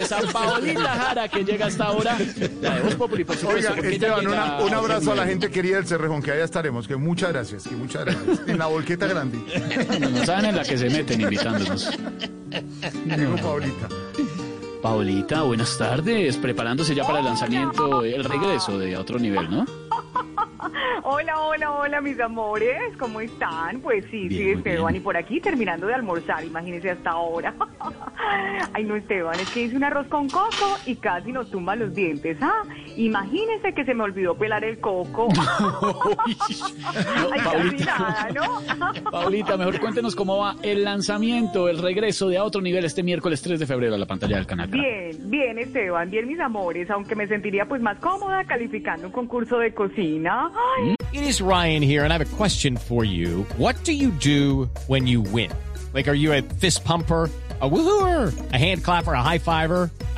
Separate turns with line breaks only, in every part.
San Paolita Jara que llega hasta ahora. La de Voz Populi, por supuesto.
Oiga,
porque ella
Esteban,
viene
una- un abrazo a la
Colombia.
gente querida del Cerrejón, que allá estaremos, que muchas gracias, que muchas gracias. En la volqueta grande,
No saben en la que se meten invitándonos.
digo Paulita.
Paolita, buenas tardes. Preparándose ya para el lanzamiento, el regreso de a otro nivel, ¿no?
Hola, hola, hola, mis amores. ¿Cómo están? Pues sí,
Bien,
sí,
muy
Esteban.
bien.
Y por aquí terminando de almorzar, imagínense hasta ahora. Ay, no, Esteban, es que hice un arroz con coco y casi nos tumba los dientes. Ah, imagínense que se me olvidó pelar el coco.
No,
Ay, casi nada, ¿no?
Paulita, mejor cuéntenos cómo va el lanzamiento, el regreso de a otro nivel este miércoles 3 de febrero a la pantalla del canal. Caracol.
Bien, bien, Esteban, bien, mis amores. Aunque me sentiría pues más cómoda calificando un concurso de cocina. Ay,
It is Ryan here, and I have a question for you. What do you do when you win? Like, are you a fist pumper? A woohooer, a hand clapper, a high fiver.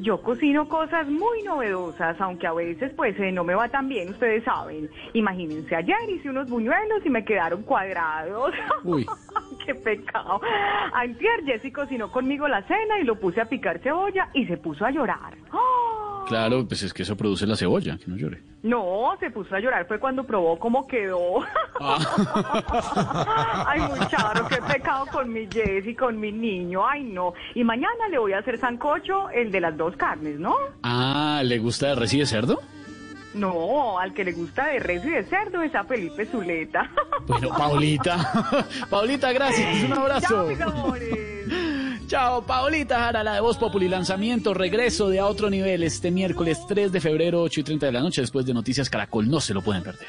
Yo cocino cosas muy novedosas, aunque a veces pues eh, no me va tan bien, ustedes saben. Imagínense, ayer hice unos buñuelos y me quedaron cuadrados.
Uy.
¡Qué pecado! Antier Jessy cocinó conmigo la cena y lo puse a picar cebolla y se puso a llorar. ¡Ah!
Claro, pues es que eso produce la cebolla, que no llore.
No, se puso a llorar fue cuando probó cómo quedó. Ay, muchacho, qué pecado con mi Jessy, con mi niño. Ay, no. Y mañana le voy a hacer sancocho, el de las dos carnes, ¿no?
Ah, ¿le gusta el recibe cerdo?
No, al que le gusta de res y de cerdo es a Felipe Zuleta.
Bueno, Paulita. Paulita, gracias. Un
Chao,
abrazo.
mis amores.
Chao, Paulita Jara, la de Voz Populi. Lanzamiento, regreso de A Otro Nivel este miércoles 3 de febrero, 8 y 30 de la noche, después de Noticias Caracol. No se lo pueden perder.